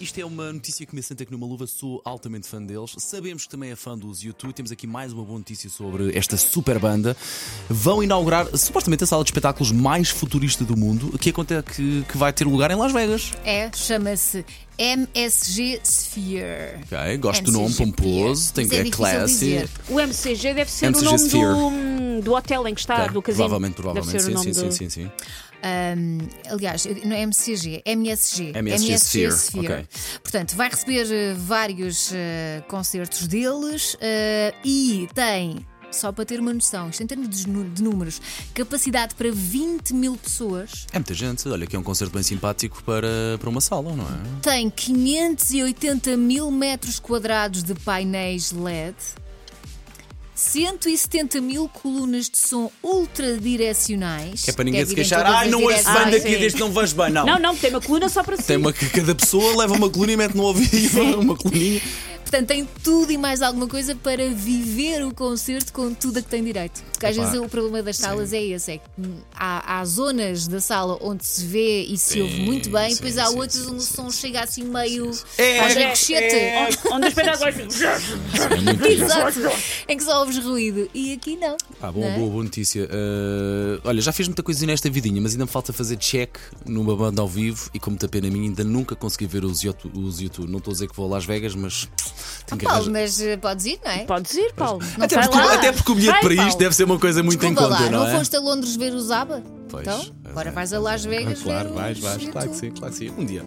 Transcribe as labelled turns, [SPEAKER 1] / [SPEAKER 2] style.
[SPEAKER 1] Isto é uma notícia que me assenta aqui numa luva, sou altamente fã deles. Sabemos que também é fã dos YouTube. Temos aqui mais uma boa notícia sobre esta super banda. Vão inaugurar supostamente a sala de espetáculos mais futurista do mundo, que acontece que, que vai ter lugar em Las Vegas.
[SPEAKER 2] É, chama-se MSG Sphere.
[SPEAKER 1] Ok, gosto do nome,
[SPEAKER 2] MSG
[SPEAKER 1] pomposo, tem
[SPEAKER 2] Mas
[SPEAKER 1] que
[SPEAKER 2] é
[SPEAKER 1] é
[SPEAKER 2] difícil
[SPEAKER 1] classy.
[SPEAKER 2] dizer.
[SPEAKER 3] O MCG deve ser
[SPEAKER 1] MCG
[SPEAKER 3] o nome
[SPEAKER 1] Sphere.
[SPEAKER 3] do, hum, do hotel em que
[SPEAKER 1] Ah,
[SPEAKER 3] está, do casino.
[SPEAKER 1] provavelmente, provavelmente.
[SPEAKER 3] Deve ser
[SPEAKER 1] Sim,
[SPEAKER 3] o
[SPEAKER 1] sim,
[SPEAKER 3] nome
[SPEAKER 1] sim,
[SPEAKER 3] do...
[SPEAKER 1] sim, sim.
[SPEAKER 2] Ahm, aliás, eu- não é MCG, MSG.
[SPEAKER 1] MSG Sphere, ok.
[SPEAKER 2] Portanto, vai receber eh, vários eh, concertos deles eh, e tem. Só para ter uma noção, isto em termos de, nu- de números, capacidade para 20 mil pessoas,
[SPEAKER 1] É muita gente. Olha, que é um concerto bem simpático para, para uma sala, não é?
[SPEAKER 2] tem 580 mil metros quadrados de painéis LED, 170 mil colunas de som ultradirecionais.
[SPEAKER 1] Que é para ninguém se
[SPEAKER 2] vir em
[SPEAKER 1] queixar.
[SPEAKER 2] todas
[SPEAKER 1] Ai,
[SPEAKER 2] as
[SPEAKER 1] não ouço
[SPEAKER 2] direções." Ah,
[SPEAKER 1] bem
[SPEAKER 3] direções."
[SPEAKER 1] daqui, desde que não vejo bem.
[SPEAKER 3] Não, não, tem uma coluna só para si.
[SPEAKER 1] Tem uma que cada pessoa leva uma coluna e mete no ouvido uma coluninha.
[SPEAKER 2] Portanto, tem tudo e mais alguma coisa para viver o concerto com tudo a que tem direito. Porque às
[SPEAKER 1] Opa.
[SPEAKER 2] vezes o problema das salas é esse: é que há, há zonas da sala onde se vê e se ouve muito bem,
[SPEAKER 1] sim,
[SPEAKER 2] depois há
[SPEAKER 1] sim,
[SPEAKER 2] outras
[SPEAKER 1] sim,
[SPEAKER 2] onde o
[SPEAKER 1] sim,
[SPEAKER 2] som chega assim meio.
[SPEAKER 1] É,
[SPEAKER 2] às
[SPEAKER 1] é,
[SPEAKER 2] ricochete.
[SPEAKER 3] Onde- Onde o espetáculo é assim.
[SPEAKER 2] Exato. Em que só ouves ruído. E aqui não.
[SPEAKER 1] Ah, bom,
[SPEAKER 2] não é?
[SPEAKER 1] boa, boa notícia. Eh, olha, já fiz muita coisa nesta vidinha, mas ainda me falta fazer check numa banda ao vivo e, como muita pena minha, ainda nunca consegui ver os YouTube. Os YouTube. Não estou a dizer que vou a Las Vegas, mas tenho que
[SPEAKER 2] Paulo,
[SPEAKER 1] arranjar-
[SPEAKER 2] mas eh, podes ir, não é?
[SPEAKER 3] Podes ir, Paulo.
[SPEAKER 1] até,
[SPEAKER 3] Vai
[SPEAKER 1] porque,
[SPEAKER 3] lá.
[SPEAKER 1] até porque o bilhete
[SPEAKER 3] Vai,
[SPEAKER 1] para isto
[SPEAKER 3] Paulo.
[SPEAKER 1] deve ser uma coisa muito
[SPEAKER 2] Desculpa
[SPEAKER 1] em conta,
[SPEAKER 2] lá,
[SPEAKER 1] não,
[SPEAKER 2] não,
[SPEAKER 1] é?
[SPEAKER 2] foste a Londres ver os ABBA?
[SPEAKER 1] Pois,
[SPEAKER 2] então,
[SPEAKER 1] pois
[SPEAKER 2] agora
[SPEAKER 1] é,
[SPEAKER 2] vais a
[SPEAKER 1] pois
[SPEAKER 2] Las
[SPEAKER 1] é.
[SPEAKER 2] Vegas. né?
[SPEAKER 1] Claro,
[SPEAKER 2] ver
[SPEAKER 1] vais,
[SPEAKER 2] os
[SPEAKER 1] vais, claro que
[SPEAKER 2] U2.
[SPEAKER 1] sim, claro que sim. Um dia.